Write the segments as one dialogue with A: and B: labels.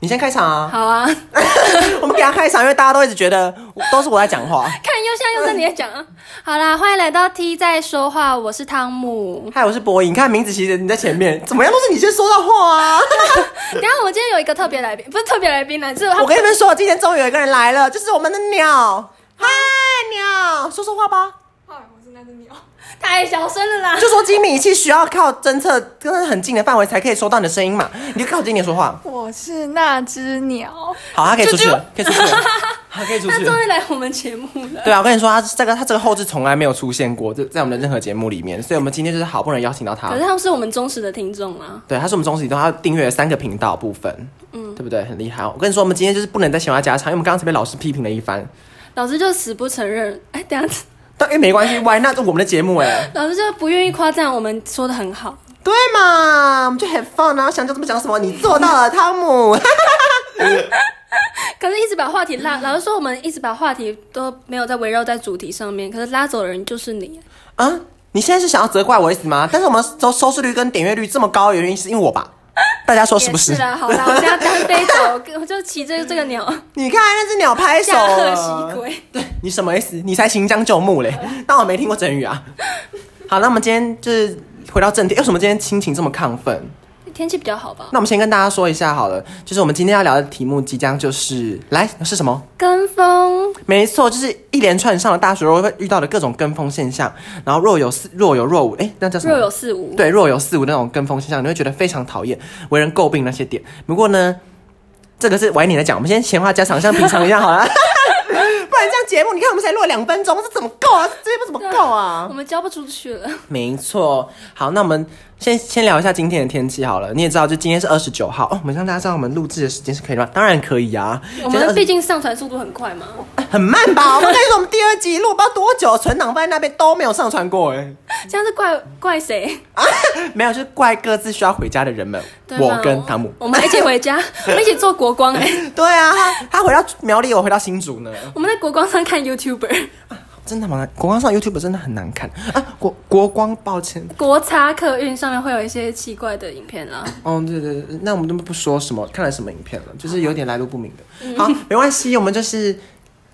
A: 你先开场啊！
B: 好啊，看
A: 我们给他开场，因为大家都一直觉得都是我在讲话。
B: 又像又在你在讲啊。好啦，欢迎来到 T 在说话，我是汤姆。
A: 嗨，我是博颖，你看名字其实你在前面，怎么样都是你先说到话 啊！
B: 等一下我们今天有一个特别来宾，不是特别来宾啦，就是他
A: 我跟你们说，今天终于有一个人来了，就是我们的鸟。嗨，鸟，说说话吧。
C: 嗨，我是那只鸟。
B: 太小声了啦。
A: 就说精密仪器需要靠侦测跟很近的范围才可以收到你的声音嘛，你就靠近点说话。
C: 我是那只鸟。
A: 好，他可以出去
B: 啾啾
A: 了，可以出去了，他可以出
B: 他
A: 去
B: 终
A: 了。
B: 于来我们节目了。
A: 对啊，我跟你说，他这个他这个后置从来没有出现过，就在我们的任何节目里面，所以我们今天就是好不容易邀请到他
B: 可是。他们是我们忠实的听众啊。
A: 对，他是我们忠实移动，他订阅了三个频道部分，嗯，对不对？很厉害哦。我跟你说，我们今天就是不能再闲话家常，因为我们刚刚才被老师批评了一番，
B: 老师就死不承认，哎，等一下
A: 但也没关系，Why not？我们的节目哎，
B: 老师就不愿意夸赞我们说的很好。
A: 对嘛，我们就很 fun 啊，想讲什么讲什么，你做到了，汤姆。
B: 可是，一直把话题拉，老师说我们一直把话题都没有在围绕在主题上面，可是拉走的人就是你。
A: 啊，你现在是想要责怪我的意思吗？但是我们收收视率跟点阅率这么高，原因是因为我吧？大家说是不是？啊
B: 哦也是啦，好啦，我现在单飞走，我就骑这个这个鸟，
A: 你看那只鸟拍手
B: 驾鹤
A: 了
B: 西归。
A: 对你什么意思？你才行将就木嘞！ 当我没听过整语啊。好，那我们今天就是回到正题，为什么今天心情这么亢奋？
B: 天气比较好吧？
A: 那我们先跟大家说一下好了，就是我们今天要聊的题目即将就是来是什么？
B: 跟风，
A: 没错，就是一连串上了大学后会遇到的各种跟风现象，然后若有似若有若无，哎，那叫什么？
B: 若有似无。
A: 对若有似无那种跟风现象，你会觉得非常讨厌，为人诟病那些点。不过呢，这个是晚一点再讲，我们先闲话家常，像平常一样好了。 不然这样节目，你看我们才录了两分钟，这怎么够啊？这节目怎么够啊
B: 我？们交不出去了，
A: 没错，好，那我们先先聊一下今天的天气好了。你也知道，就今天是二十九号哦。我们让大家知道我们录制的时间是可以的吗？当然可以啊。
B: 我
A: 今天
B: 们毕竟上传速度很快嘛。
A: 很慢吧？我们跟你说，我们第二集录不知道多久，存档放在那边都没有上传过哎、
B: 这样是怪怪谁？
A: 没有，就是怪各自需要回家的人们，
B: 对啊
A: 我
B: 吗
A: 跟汤姆。
B: 我们一起回 家，我们一起做国光哎、
A: 对啊，他他回到苗栗，我回到新竹呢。
B: 我们在国光上看 YouTuber，
A: 真的吗？国光上 YouTube 真的很难看啊！国国光，抱歉。
B: 国差客运上面会有一些奇怪的影片啦。
A: 哦，对对对，那我们都不说什么看了什么影片了，就是有点来路不明
B: 嗯
A: 的。好，没关系，我们就是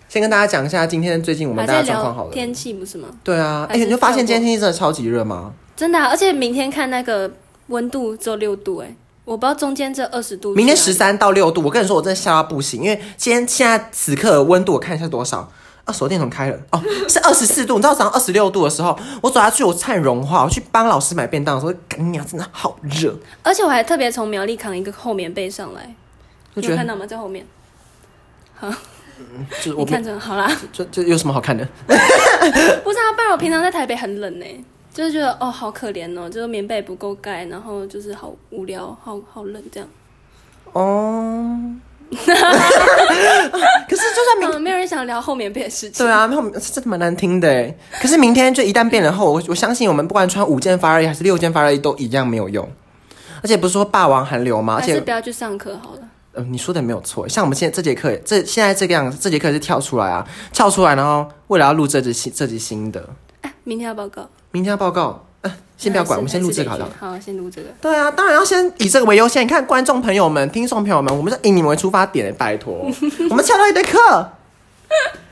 A: 先跟大家讲一下今天最近我们
B: 还
A: 大家
B: 在
A: 的状况好
B: 聊
A: 了。
B: 天气不是吗？
A: 对啊，哎、
B: 还是
A: 你就发现今
B: 跳
A: 天
B: 过
A: 天气真的超级热吗？
B: 真的啊、而且明天看那个温度只有六度哎、我不知道啊中间这二十度。
A: 明天十，三到六度，我跟你说，我真的吓到不行，因为今天现在此刻的温度，我看一下多少。啊，手电筒开了哦，是二十四度。你知道早上二十六度的时候，我走下去，我差点融化。我去帮老师买便当的时候，干娘真的好热，
B: 而且我还特别从苗栗扛一个厚棉被上来，
A: 就
B: 你
A: 觉
B: 有看
A: 得
B: 到吗？在后面，
A: 就是我
B: 你
A: 没
B: 看着好啦。
A: 就就有什么好看的？
B: 不是啊，不然我平常在台北很冷呢、就是觉得哦好可怜哦，就是棉被不够盖，然后就是好无聊，好好冷这样。
A: 哦，可是就算明
B: 嗯，没有人想聊厚棉被的事情。
A: 对啊，那我们是真的蛮难听的哎。可是明天就一旦变冷后，我我相信我们不管穿五件发热衣还是六件发热衣都一样没有用。而且不是说霸王寒流啊吗？而
B: 还
A: 且
B: 是不要去上课好了。
A: 嗯，你说的没有错。像我们现在这节课，这现在这个样子，这节课是跳出来啊，跳出来，然后为了要录这集新这集新的，
B: 哎，明天要报告，
A: 明天要报告，呃、先不要管，我们先录这个好
B: 了
A: 了。。
B: 好，先录这个。
A: 对啊，当然要先以这个为优先。你看，观众朋友们、听众朋友们，我们是以你们为出发点，拜 托，我们翘到一堆课，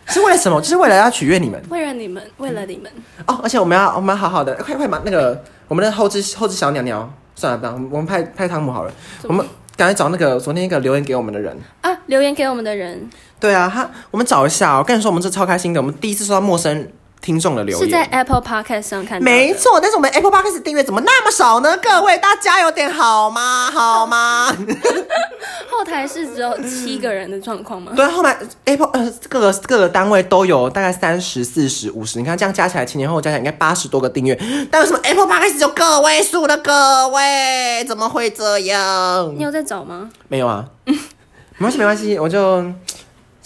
A: 是为了什么？就是为了要取悦你们
B: 为了你们，为了你们，
A: 哦。而且我们要，我们要好好的，快快把那个我们的后置后置小鸟鸟，算了吧，我们我们派派汤姆好了，我们赶快找那个昨天一个留言给我们的人。
B: 啊！留言给我们的人
A: 对啊，他我们找一下哦、我跟你说，我们这超开心的，我们第一次收到陌生听众的留言。
B: 是在 Apple Podcast 上看到的
A: 没错，但是我们 Apple Podcast 订阅怎么那么少呢？各位大家有点好吗？好吗？
B: 后台是只有七个人的状况吗？
A: 对，后来 Apple 呃各个各个单位都有大概三十四十五十，你看这样加起来，前前后后加起来应该八十多个订阅，但为什么 Apple Podcast 有个位数的各位？怎么会这样
B: 你？有在找吗？
A: 没有啊，没关系没关系，我就现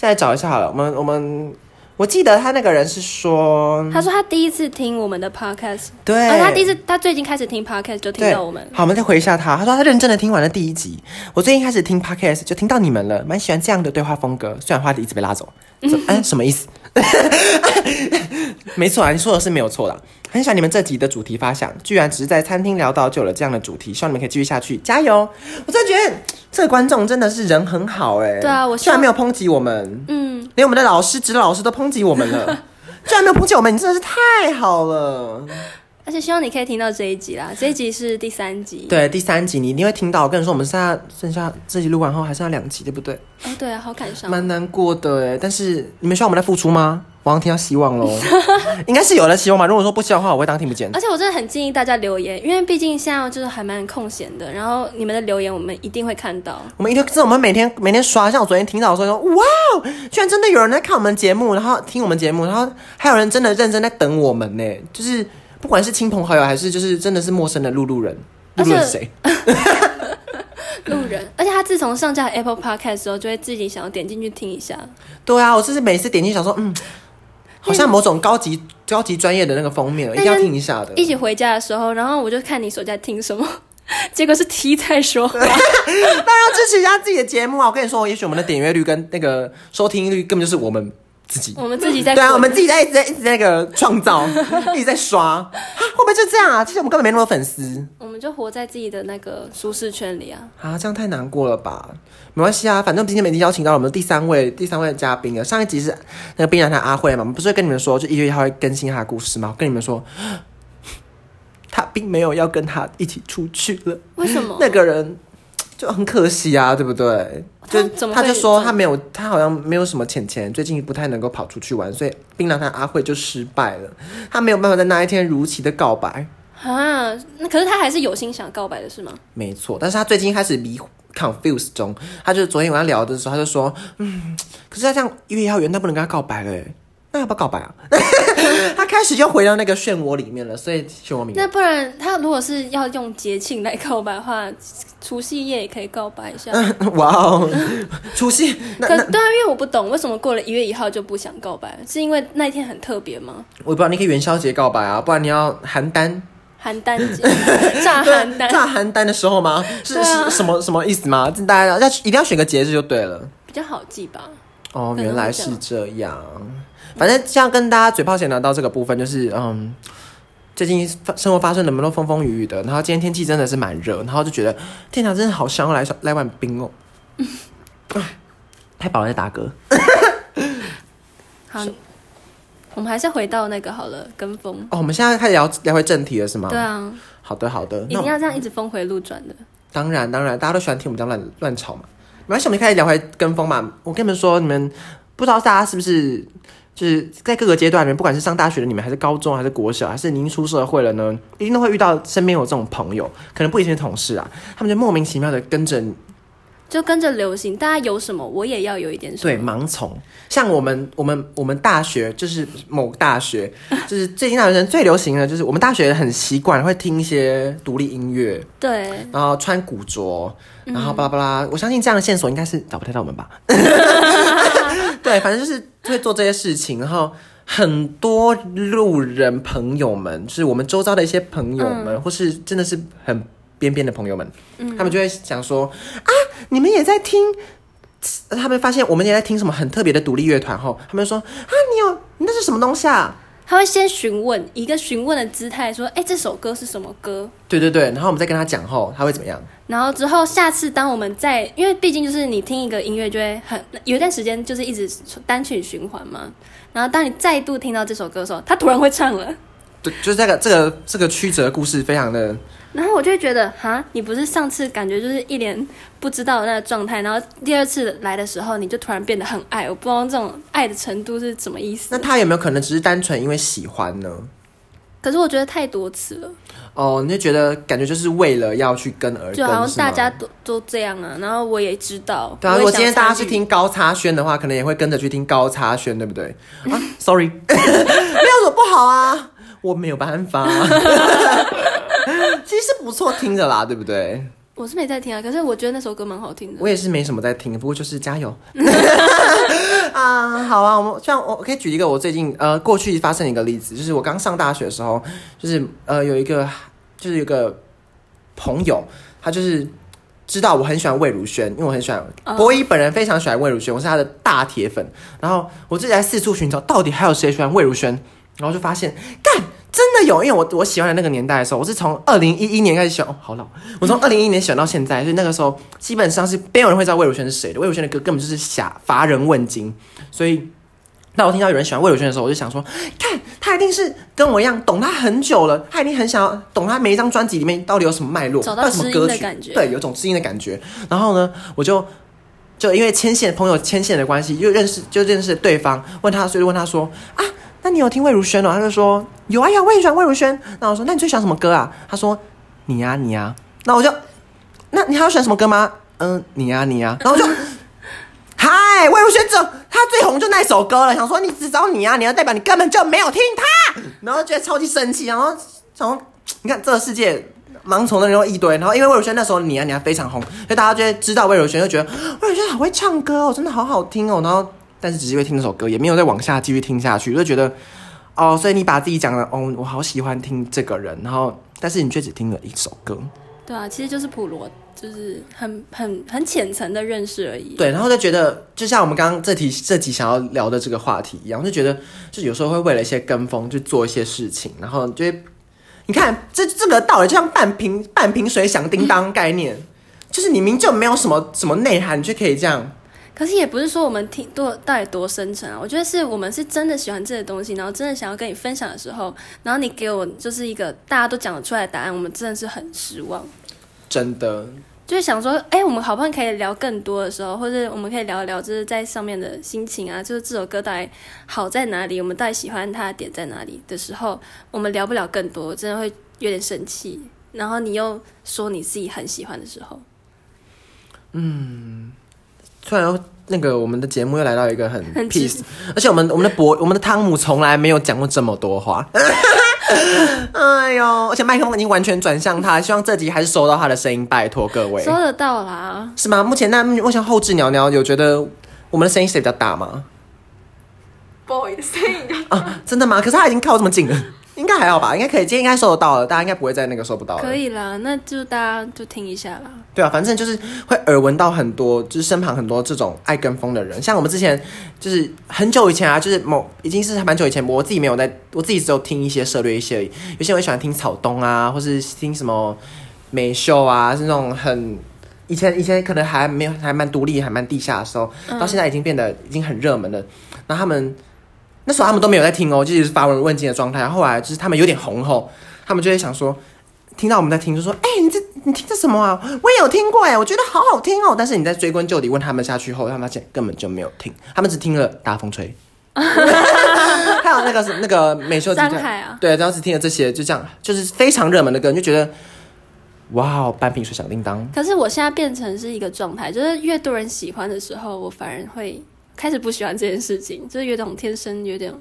A: 在找一下好了。我们我们我记得他那个人是说，
B: 他说他第一次听我们的 Podcast，
A: 嗯对，
B: 哦而他第一次他最近开始听 Podcast 就听
A: 对，
B: 到我们，
A: 好，我们再回一下他。他说他认真的听完了第一集。我最近开始 听 podcast 就听到你们了，蛮喜欢这样的对话风格。虽然话题一直被拉走，这哎、什么意思？ 没错啊，你说的是没有错啦。很喜欢你们这集的主题发想，居然只是在餐厅聊到就有了这样的主题，希望你们可以继续下去，加油！我真的觉得这个观众真的是人很好哎、
B: 对啊我希
A: 虽
B: 望
A: 然没有抨击我们，
B: 嗯，
A: 连我们的老师、指导老师都抨击我们了，居然没有抨击我们，你真的是太好了。
B: 而且希望你可以听到这一集啦， 这一集是第三集。，
A: 对，第三集你一定会听到，我跟你说，我们剩下剩下这集录完后还剩下两集，对不对？
B: 哦对啊，好感伤。
A: 蛮难过的哎，但是你们希望我们在付出 吗？我要听到希望喽，应该是有了希望吧。如果说不希望的话，我会当听不见。
B: 而且我真的很建议大家留言，因为毕竟现在就是还蛮空闲的，然后你们的留言我们一定会看到。
A: 我们一天，这我们每天每天刷，像我昨天听到的时候说，哇哦，居然真的有人在看我们节目，然后听我们节目，然后还有人真的认真在等我们呢，就是不管是亲朋好友，还是就是真的是陌生的路路人，路
B: 而且
A: 路人是谁？嗯
B: 路人，而且他自从上架 Apple Podcast 之后，就会自己想要点进去听一下。
A: 对啊，我就是每次点进去想说，嗯，好像某种高级高级专业的那个封面，一定要听一下的。
B: 一起回家的时候，然后我就看你所在听什么， 结果是 T 在说
A: 嗯当
B: 话，
A: 然要支持一下自己的节目啊！我跟你说，也许我们的点阅率跟那个收听率根本就是我们自己。
B: 我们自己在
A: 对啊，
B: 滚
A: 我们自己在一直在一直在那个创 造，一直在刷，啊会不会就这样啊？其实我们根本没那么多粉丝
B: 我们就活在自己的那个舒适圈里啊。
A: 啊，这样太难过了吧？没关系啊，反正今天已经邀请到了我们第三位第三位嘉宾啊了。上一集是那个冰凉台阿慧嘛，我们不是跟你们说，就一月一号会更新她的故事吗？我跟你们说， 她并没有要跟她一起出去了。
B: 为什么？
A: 那个人就很可惜啊，对不对？
B: 他
A: 就
B: 怎么
A: 他
B: 会
A: 就说
B: 这
A: 他没有，他好像没有什么钱钱，最近不太能够跑出去玩，所以槟榔摊阿慧就失败了，他没有办法在那一天如期的告白，
B: 啊，那可是他还是有心想告白的是吗？
A: 没错。但是他最近开始迷 confuse 中，他就昨天晚上聊的时候，他就说，嗯，可是他这样一月一号元旦不能跟他告白了耶，那要不要告白啊？ 他开始又回到那个漩涡里面了，所以漩涡里面
B: 那不然他如果是要用节庆来告白的话，除夕夜也可以告白一下。
A: 哇哦，除夕那
B: 可
A: 那
B: 对啊，因为我不懂为什么过了一月一号就不想告白，是因为那一天很特 别吗？
A: 我不知道你可以元宵节告白啊，不然你要邯郸。
B: 邯郸节，炸邯郸
A: 炸邯郸的时候吗？是、
B: 对啊
A: 是什么什么意思吗？这大家要一定要选个节日就对了。
B: 比较好记吧？
A: 哦，
B: 可能
A: 原来是这样。反正这样跟大家嘴炮闲聊到这个部分，就是嗯，最近发生活发生了蛮多风风雨雨的，然后今天天气真的是蛮热，然后就觉得天哪，真的好想要来来碗冰 哦。太饱了，在打嗝。
B: 好，我们还是回到那个好了，跟风。
A: 哦，我们现在开始聊聊回正题了，是吗？
B: 对。啊，
A: 好的，好的。嗯
B: 一
A: 那我
B: 定
A: 们
B: 要这样一直峰回路转的。
A: 当然，当然，大家都喜欢听我们这样乱乱吵嘛。没关系，我们开始聊回跟风嘛。我跟你们说，你们不知道大家是不是就是在各个阶段，你们不管是上大学的你们，还是高中，还是国小，还是您出社会了呢，一定都会遇到身边有这种朋友，可能不一定是同事啊，他们就莫名其妙的跟着你
B: 就跟着流行，大家有什么我也要有一点什
A: 对
B: 么。
A: 盲从。像我们我们我们大学就是某大学，就是最近大学生最流行的就是我们大学很习惯会听一些独立音乐，
B: 对
A: 然后穿古着，然后巴拉巴拉，我相信这样的线索应该是找不太到我们吧。对，反正就是会做这些事情，然后很多路人朋友们，就是我们周遭的一些朋友们，或是真的是很边边的朋友们，他们就会想说啊，你们也在听。他们发现我们也在听什么很特别的独立乐团后，他们就说啊，你有你那是什么东西啊？
B: 他会先询问，以一个询问的姿态说：“哎、这首歌是什么歌
A: 对对对，然后我们再跟他讲后，他会怎么样？？”
B: 然后之后，下次当我们在，因为毕竟就是你听一个音乐就会很有一段时间就是一直单曲循环嘛。然后当你再度听到这首歌的时候，他突然会唱了，
A: 对，就是这个这个这个曲折的故事非常的
B: 然后我就会觉得哈，你不是上次感觉就是一脸不知道的那个状态，然后第二次来的时候你就突然变得很爱，我不知道这种爱的程度是什么意
A: 那
B: 思。
A: 他有没有可能只是单纯因为喜欢呢？
B: 可是我觉得太多次了。
A: 哦，你就觉得感觉就是为了要去跟而跟，
B: 就好像
A: 是吗
B: 大家都都这样啊，然后我也知道。
A: 对啊，
B: 我
A: 如
B: 也
A: 果今天
B: 想参
A: 大家是
B: 与，
A: 听高叉轩的话，可能也会跟着去听高叉轩，对不 对？啊，sorry，没有什么不好啊，我没有办法、 其实是不错听的啦，对不对？
B: 我是没在听啊，可是我觉得那首歌蛮好听的。
A: 我也是没什么在听，不过就是加油 啊！好啊，我们像我我可以举一个我最近呃过去发生的一个例子，就是我刚上大学的时候，就是呃有一个就是有一个朋友，他就是知道我很喜欢魏如萱，因为我很喜欢博一本人非常喜欢魏如萱，我是她的大铁粉。然后我自己在四处寻找，到底还有谁喜欢魏如萱，然后就发现，干，真的有，因为我我喜欢的那个年代的时候，我是从二零一一年开始喜欢，哦，好老，我从二零一一年喜欢到现在，所以那个时候基本上是没有人会知道魏如萱是谁的，魏如萱的歌根本就是瞎乏人问津，所以。那我听到有人喜欢魏如萱的时候，我就想说，看他一定是跟我一样懂他很久了，他一定很想要懂他每一张专辑里面到底有什么脉络，
B: 找到
A: 到底有什么
B: 知音
A: 歌
B: 的
A: 曲，
B: 感觉
A: 对，有种知音的感觉。然后呢，我就就因为牵线朋友牵线的关系，就认识就认识对方，问他，所以就问他说啊，那你有听魏如萱哦？他就说有啊有啊，我也喜欢魏如萱。那我说那你最喜欢什么歌啊？他说你呀、你呀、那我就那你还有喜欢什么歌吗？嗯，你呀、你呀、然后我就。嗨，魏如萱这她最红就那首歌了，想说你只找你啊，你要代表你根本就没有听她，然后觉得超级生气，然后想说，你看这个世界盲从的人有一堆，然后因为魏如萱那时候你啊你啊非常红，所以大家就会知道魏如萱，就觉得魏如萱好会唱歌哦，真的好好听哦，然后但是只是因为听那首歌，也没有再往下继续听下去，就觉得哦，所以你把自己讲了哦，我好喜欢听这个人，然后但是你却只听了一首歌，
B: 对啊，其实就是普罗，就是很很很浅层的认识而已。
A: 对，然后就觉得，就像我们刚刚这题这集想要聊的这个话题一样，就觉得，就有时候会为了一些跟风去做一些事情，然后就会，你看这这个道理就像半瓶半瓶水响叮当概念，就是你明明就没有什么什么内涵，你却可以这样。
B: 可是也不是说我们听多到底多深沉啊，我觉得是我们是真的喜欢这个东西，然后真的想要跟你分享的时候，然后你给我就是一个大家都讲得出来的答案，我们真的是很失望。
A: 真的，
B: 就是想说，哎、我们好不容易可以聊更多的时候，或者我们可以聊一聊，就是在上面的心情啊，就是这首歌到底好在哪里，我们到底喜欢它的点在哪里的时候，我们聊不了更多，我真的会有点生气。然后你又说你自己很喜欢的时候，
A: 突然又那个我们的节目又来到一个很
B: 很
A: peace，而且我们我们的博我们的汤姆从来没有讲过这么多话。 哎呦！而且麦克风已经完全转向他，希望这集还是收到他的声音，拜托各位。
B: 收得到啦。
A: 是吗？目前那目前后置鸟鸟有觉得我们的声音谁比较大吗？
C: boy 的声音，
A: 啊，真的吗？可是他已经靠这么近了，应该还好吧？应该可以，今天应该收得到了，大家应该不会再那个收不到了。
B: 可以啦，那就大家就听一下啦。
A: 对啊，反正就是会耳闻到很多，就是身旁很多这种爱跟风的人。像我们之前就是很久以前啊，就是某已经是蛮久以前，我自己没有在，我自己只有听一些涉略一些而已。有些人会喜欢听草东啊，或是听什么美秀啊，是那种很以前以前可能还没有还蛮独立还蛮地下的时候，到现在已经变得已经很热门了。然后他们那时候他们都没有在听哦，就是发文问津的状态。后来就是他们有点红后，他们就会想说。听到我们在听，就说：“哎、你这你听这什么啊？我也有听过哎、我觉得好好听哦。”但是你在追根究底问他们下去后，他们发现根本就没有听，他们只听了《大风吹》，还有那个是那个美秀之家
B: 张海啊
A: 对，当时听了这些，就这样，就是非常热门的歌，你就觉得哇，哦，半瓶水响叮当，
B: 可是我现在变成是一个状态，就是越多人喜欢的时候，我反而会开始不喜欢这件事情，就是有种天生有点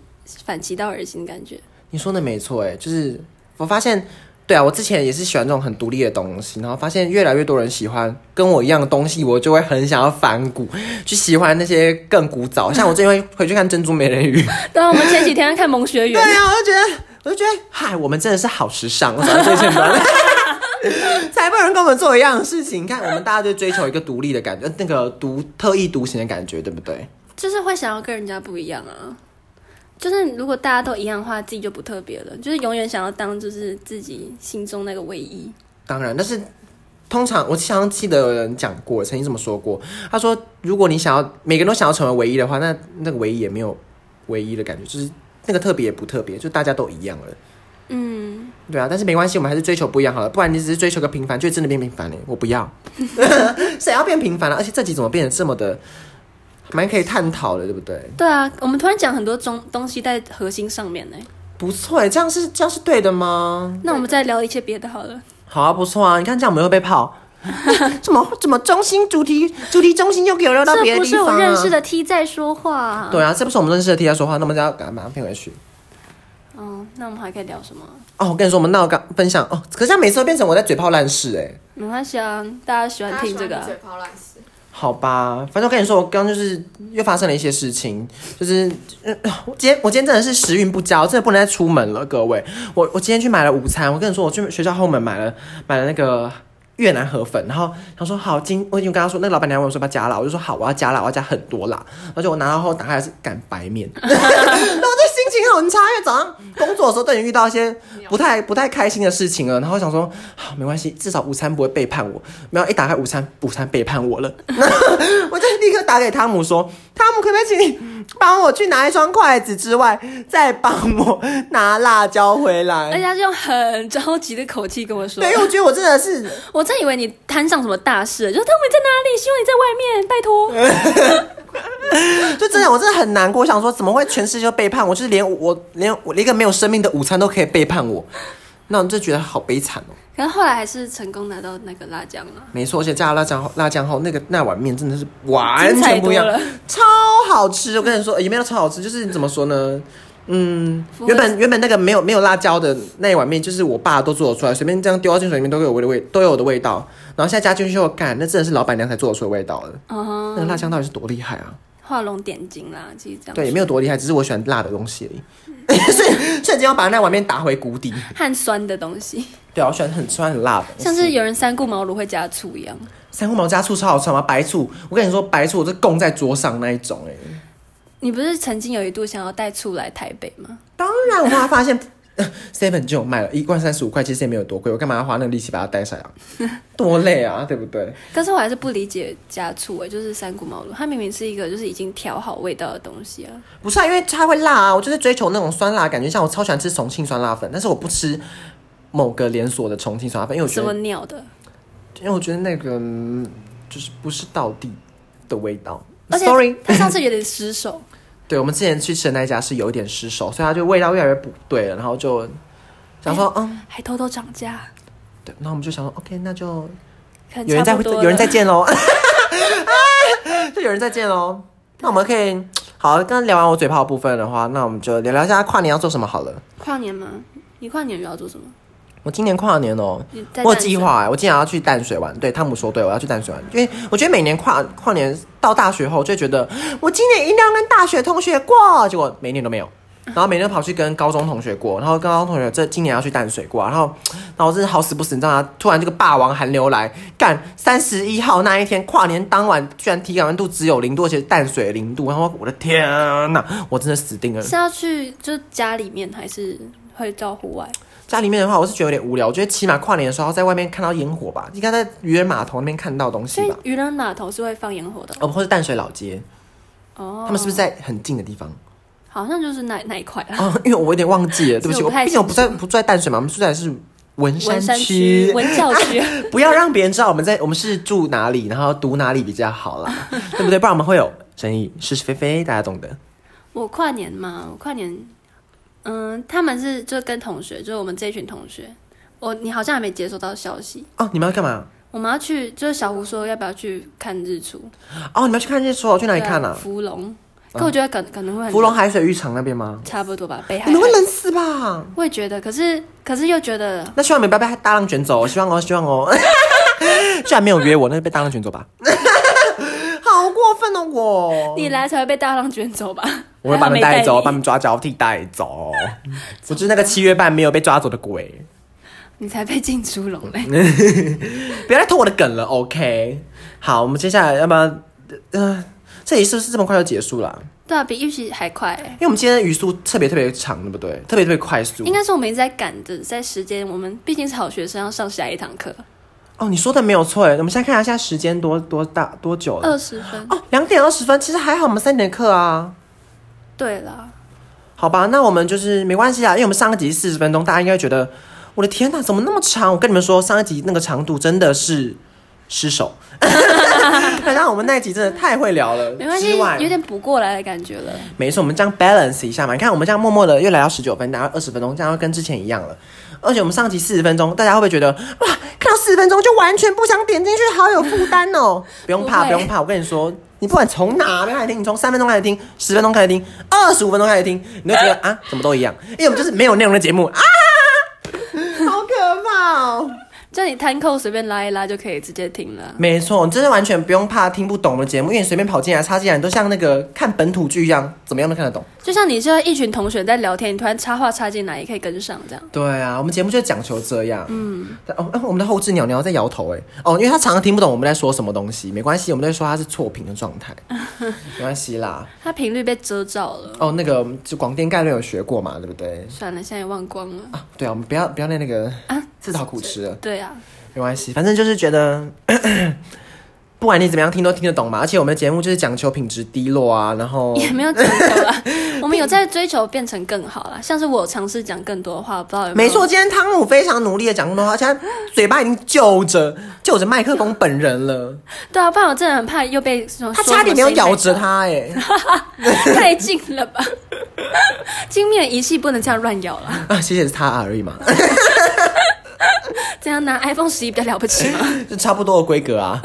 B: 反其道而行的感觉。
A: 你说的没错，哎，就是我发现，对啊，我之前也是喜欢这种很独立的东西，然后发现越来越多人喜欢跟我一样的东西，我就会很想要反骨，去喜欢那些更古早。像我最近会回去看《珍珠美人鱼》，
B: 对啊，我们前几天看《萌学
A: 对
B: 园》，
A: 啊，我就觉得，我就觉得，嗨，我们真的是好时尚，我早就追哈哈， 才不能跟我们做一样的事情。你看，我们大家就追求一个独立的感觉，呃那个独特异独行的感觉，对不对？
B: 就是会想要跟人家不一样啊。就是如果大家都一样的话，自己就不特别了。就是永远想要当就是自己心中那个唯一。
A: 当然，但是通常我想记得有人讲过，曾经这么说过。他说，如果你想要每个人都想要成为唯一的话，那那个唯一也没有唯一的感觉，就是那个特别也不特别，就大家都一样了。
B: 嗯，
A: 对啊，但是没关系，我们还是追求不一样好了。不然你只是追求个平凡，就真的变平凡了。我不要， 谁要变平凡啊了、而且这集怎么变得这么的，蛮可以探讨的，对不对？
B: 对啊，我们突然讲很多中东西在核心上面呢。
A: 不错哎，这样是这样是对的吗？
B: 那我们再聊一些别的好了。
A: 好啊，不错啊！你看这样我们又被 泡，怎么怎么中心主题主题中心又给我绕到别的
B: 这不
A: 地
B: 是
A: 方、啊、
B: 我认识的 T 在说话、啊。
A: 对啊，这不是我们认识的替他说话，那么就要赶快把它骗回去。
B: 嗯，那我们还可以聊什么？
A: 哦，我跟你说，我们闹刚分享哦，可是这样每次都变成我在嘴炮烂事哎、
B: 没关系啊，大家喜欢听这个啊、
C: 嘴炮乱死，
A: 好吧，反正我跟你说，我刚刚就是又发生了一些事情，就是、呃我今天我今天真的是时运不佳，我真的不能再出门了，各位。我我今天去买了午餐，我跟你说，我去学校后门买了买了那个越南河粉，然后他说好，今我已经跟他说，那个老板娘问我说要不要加辣，我就说好，我啊要加辣，我要加很多辣。而且我拿到后打开来是擀白面，然后就心情很差，因为早上工作的时候都已经遇到一些不太不太开心的事情了，然后我想说好没关系，至少午餐不会背叛我。没有一打开午餐，午餐背叛我了， 我就立刻打给汤姆说，汤姆可不可以请你帮我去拿一双筷子之外，再帮我拿辣椒回
B: 而且
A: 来？
B: 他是用很着急的口气跟我说
A: 对，因，为我觉得我真的是
B: 我真以为你摊上什么大事，就说他们在哪里，希望你在外面，拜托。
A: 就真的，我真的很难过。我想说，怎么会全世界都背叛我？就是连我，连我连一个没有生命的午餐都可以背叛我，那我就觉得好悲惨哦。
B: 可是后来还是成功拿到那个辣酱了。
A: 没错，而且加了辣酱后，辣酱后那个那碗面真的是完全不一样
B: 精彩多了，
A: 超好吃。我跟你说，也没有超好吃，就是怎么说呢？嗯
B: 不，会
A: 原本原本那个没有没有辣椒的那一碗面，就是我爸都做得出来，随便这样丢到清水里面都会有我的味，都有我的味道。然后现在加进去后，干，那真的是老板娘才做得出的味道的。
B: 哦、
A: 那个辣酱到底是多厉害啊？
B: 画龙点睛啦，其实这样
A: 对，也
B: 说
A: 没有多厉害，只是我喜欢辣的东西而已。 所以瞬间要把那碗面打回谷底。
B: 和酸的东西，
A: 对啊，我喜欢很酸很辣的东西，
B: 像是有人三顾茅庐会加醋一样。
A: 三顾茅加醋超好吃吗？白醋，我跟你说，白醋我是供在桌上那一种哎、
B: 你不是曾经有一度想要带醋来台北吗？
A: 当然，我后来发现呃 Seven 就有卖了，一罐三十五块，其实也没有多贵，我干嘛要花那个力气把它带上来啊？ 多累啊，对不对？
B: 可是我还是不理解加醋哎、就是三顾茅庐，它明明是一个就是已经调好味道的东西啊。
A: 不是啊，因为它会辣啊，我就是追求那种酸辣的感觉，像我超喜欢吃重庆酸辣粉，但是我不吃某个连锁的重庆酸辣粉，因为我觉
B: 什
A: 得
B: 么鸟的，
A: 因为我觉得那个嗯就是不是道地的味道。
B: 而且
A: Sorry，
B: 它上次有点失手，
A: 对我们之前去吃的那一家是有一点失手，所以它就味道越来越不对了，然后
B: 哎
A: 就想说，嗯，
B: 还偷偷涨价，
A: 对，那我们就想说，OK，那就
B: 可能
A: 有人再
B: 差
A: 会，
B: 不多了
A: 有人再见喽，啊 就有人再见喽。那我们可以好，刚刚聊完我嘴炮的部分的话，那我们就聊聊一下跨年要做什么好了。
B: 跨年吗？你跨年有要做什么？
A: 我今年跨年哦、
B: 你在
A: 我有
B: 淡水
A: 计划哎，我今年要去淡水玩。对，汤姆说对，我要去淡水玩，因为我觉得每年跨跨年到大学后，就觉得我今年一定要跟大学同学过，结果每年都没有。然后每年都跑去跟高中同学过，然后跟高中同学这今年要去淡水过，然后，然后我真的好死不死，你知道吗？突然这个霸王寒流来，干三十一号那一天跨年当晚，居然体感温度只有零度，而且淡水零度，然后我的天呐，我真的死定了。
B: 是要去就家里面，还是会到户外？
A: 家里面的话，我是觉得有点无聊。我觉得起码跨年的时候在外面看到烟火吧，应该在渔人码头那边看到东
B: 所
A: 西
B: 以
A: 吧，
B: 渔人码头是会放烟火的
A: 哦，或是淡水老街，
B: 哦。
A: 他们是不是在很近的地方？
B: 好像就是那那一块啦？
A: 哦，因为我有点忘记了，对不
B: 是
A: 起，
B: 我
A: 我
B: 不太
A: 毕竟我不在不住在淡水嘛，我们住在是文
B: 文山区、
A: 区，
B: 文教区，
A: 不要让别人知道我们在我们是住哪里，然后读哪里比较好啦， 对不对？不然我们会有争议，是是非非，大家懂的。
B: 我跨年嘛，我跨年，嗯，他们是就跟同学，就是我们这一群同学，我你好像还没接收到消息，
A: 哦，你们要干嘛？
B: 我们要去，就是小胡说要不要去看日出？
A: 哦，你们要去看日出哦？去哪里看啊？
B: 芙蓉，可我觉得可可能会很哎
A: 芙蓉海水浴场那边吗？
B: 差不多吧，北海
A: 你们会
B: 岸。
A: 冷死吧？
B: 我也觉得，可是可是又觉得
A: 那希望你们不要被大浪卷走，希望哦，希望哦。 居然没有约我，那就被大浪卷走吧。 好过分哦，我
B: 你来才会被大浪卷走吧？
A: 我会把你们带 走，
B: 还好没
A: 把你
B: 你
A: 们抓交替带走。 我就是那个七月半没有被抓走的鬼，
B: 你才被进猪笼嘞。
A: 嗯不要再偷我的梗了，OK？好，我们接下来要不要？呃，这里是不是这么快就结束了啊？
B: 对啊，比预期还快、欸。
A: 因为我们今天的语速特别特别长，对不对？特别特别快速
B: 应。该是我们一直在赶着，在时间，我们毕竟是好学生，要上下一堂课，
A: 哦，你说的没有错哎。我们现在看一下现在时间多多大多久了？
B: 二十分。
A: 哦，两点二十分，其实还好，我们三点的课啊。
B: 对啦，
A: 好吧，那我们就是没关系啊，因为我们上一集四十分钟，大家应该觉得我的天哪，怎么那么长？我跟你们说，上一集那个长度真的是失 手。 然后我们那一集真的太会聊了，
B: 没关系，
A: 之外
B: 有点补过来的感觉了。
A: 没事，我们这样 balance 一下嘛。你看，我们这样默默的又来到十九分，然后二十分钟，这样跟之前一样了。而且我们上集四十分钟，大家会不会觉得哇，看到四十分钟就完全不想点进去，好有负担 哦？不用怕，
B: 不会
A: 不用怕，我跟你说，你不管从哪边开始听，你从三分钟开始听，十分钟开始听，二十五分钟开始听，你都觉 得啊，怎么都一样，因为我们就是没有内容的节目啊，好可怕哦。
B: 就你摊扣随便拉一拉就可以直接听了啊。
A: 没错，你真的完全不用怕听不懂我们的节目，因为你随便跑进来插进来，你都像那个看本土剧一样，怎么样都看得懂。
B: 就像你就一群同学在聊天，你突然插话插进来，也可以跟上这样。
A: 对啊，我们节目就讲求这样。嗯，哦，哎我们的后置鸟鸟在摇头哎，哦，因为他常常听不懂我们在说什么东西，没关系，我们在说他是错频的状 态，没关系啦。
B: 它频率被遮罩了，
A: 哦，那个就广电概论有学过嘛，对不对？
B: 算了，现在也忘光了。
A: 啊，对啊，我们不要不要那那个自讨苦吃了，
B: 对啊，
A: 没关系，反正就是觉得。不管你怎么样听都听得懂嘛，而且我们的节目就是讲求品质低落啊，然后
B: 也没有追求 啦，我们有在追求变成更好啦。像是我有尝试讲更多的话，不知道有
A: 没
B: 有
A: 错，，今天汤姆非常努力的讲这么多话，而且他嘴巴已经就着就着麦克风本人了，
B: 对啊，不然我真的很怕又被
A: 他差点没有咬着，
B: 说
A: 他哎、
B: 什么声 音太小太近了吧？ 精密的仪器不能这样乱咬啦，
A: 啊， 谢谢是他而已嘛，
B: 这样拿 iPhone 十一比较了不起吗？
A: 就差不多的规格啊。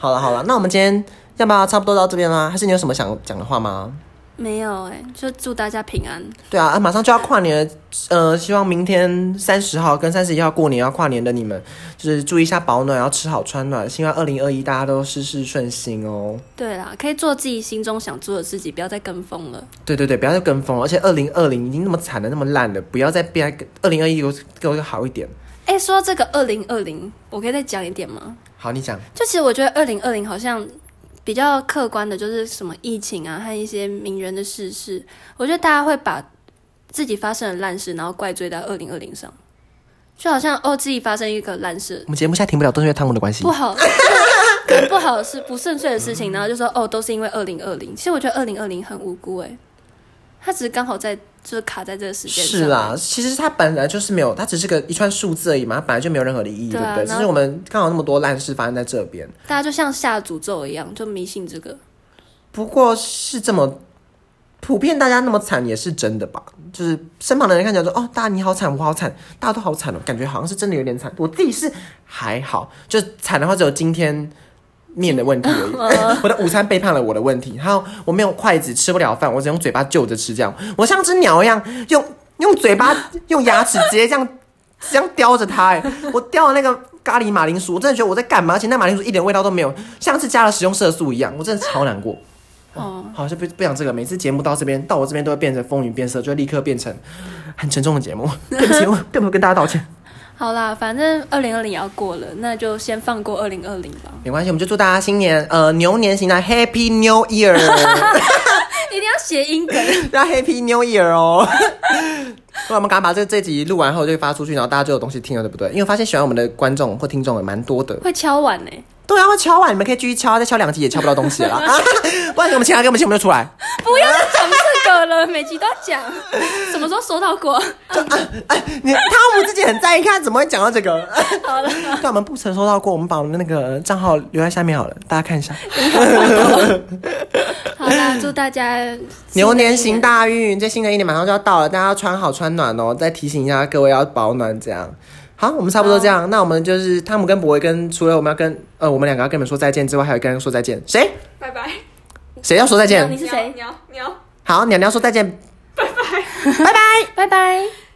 A: 好了好了，那我们今天要不要差不多到这边啦？还是你有什么想讲的话吗？
B: 没有哎、就祝大家平安。
A: 对啊，啊马上就要跨年了，呃，希望明天三十号跟三十一号过年要跨年的你们，就是注意一下保暖，要吃好穿暖，希望二零二一大家都事事顺心哦。
B: 对啦，可以做自己心中想做的事情，不要再跟风了。
A: 对对对，不要再跟风了，而且二零二零已经那么惨了，那么烂了，不要再变二零二一，2021给我给我一个好一点。
B: 哎、说到这个二零二零，我可以再讲一点吗？
A: 好，你讲。
B: 就其实我觉得二零二零好像比较客观的，就是什么疫情啊和一些名人的逝世，我觉得大家会把自己发生的烂事，然后怪罪到二零二零上，就好像哦自己发生一个烂事，
A: 我们节目现在停不了，都是因为汤姆的关系
B: 不。 好，可能不好的事、不顺遂的事情，然后就说哦都是因为二零二零。其实我觉得二零二零很无辜诶、他只是刚好在就是卡在这个时间上。
A: 是啦，其实它本来就是没有，它只是个一串数字而已嘛，它本来就没有任何的意义，
B: 对
A: 对
B: 啊
A: 不对？
B: 然
A: 只
B: 后
A: 是我们刚好那么多烂事发生在这边，
B: 大家就像下诅咒一样，就迷信这个。
A: 不过是这么普遍，大家那么惨也是真的吧？就是身旁的人看起来说，哦，大家你好惨，我好惨，大家都好惨哦，感觉好像是真的有点惨。我自己是还好，就惨的话只有今天。面的问题而已， 我的午餐背叛了我的问题，还有我没有筷子吃不了饭，我只能用嘴巴就着吃，这样我像只鸟一样用用嘴巴 用牙齿直接这样这样叼着它、哎，我叼了那个咖喱马铃薯，我真的觉得我在干嘛？而且那马铃薯一点味道都没有，像是加了食用色素一样，我真的超难过。
B: 哦，
A: 好，就不不讲这个。每次节目到这边，到我这边都会变成风云变色，就会立刻变成很沉重的节目。对不起，我对不起，跟大家道歉。
B: 好啦，反正二零二零也要过了，那就先放过二零二零吧。
A: 没关系，我们就祝大家新年呃牛年行大 Happy New Year，
B: 一定要谐音梗。
A: 要 Happy New Year 哦。 那我们赶快把这这集录完后就发出去，然后大家就有东西听了，对不对？因为我发现喜欢我们的观众或听众也蛮多的。
B: 会敲碗欸呢、
A: 对啊，会敲碗，你们可以继续敲啊，再敲两集也敲不到东西了啦。 啊不然给我们钱，给我们钱，我们就出来。
B: 不要再讲这个了，每集都 讲。什么时候收到过？
A: 哎，你汤姆自己很在意，看怎么会讲到这个？
B: 好了，
A: 对，我们不曾收到过，我们把我们的那个账号留在下面好了，大家看一下。
B: 好啦，祝大家
A: 牛年行大运，这新的一年马上就要到了，大家要穿好穿暖哦。再提醒一下各位要保暖，这样。好，我们差不多这样。那我们就是汤姆跟博威跟除了我们要跟呃我们两个要跟你们说再见之外，还有一个人说再见，谁
C: 拜拜。
A: 谁要说再
B: 你
A: 见？
B: 是谁
C: 鸟鸟鸟。
A: 好，鸟鸟说再见，
B: 拜拜，拜拜。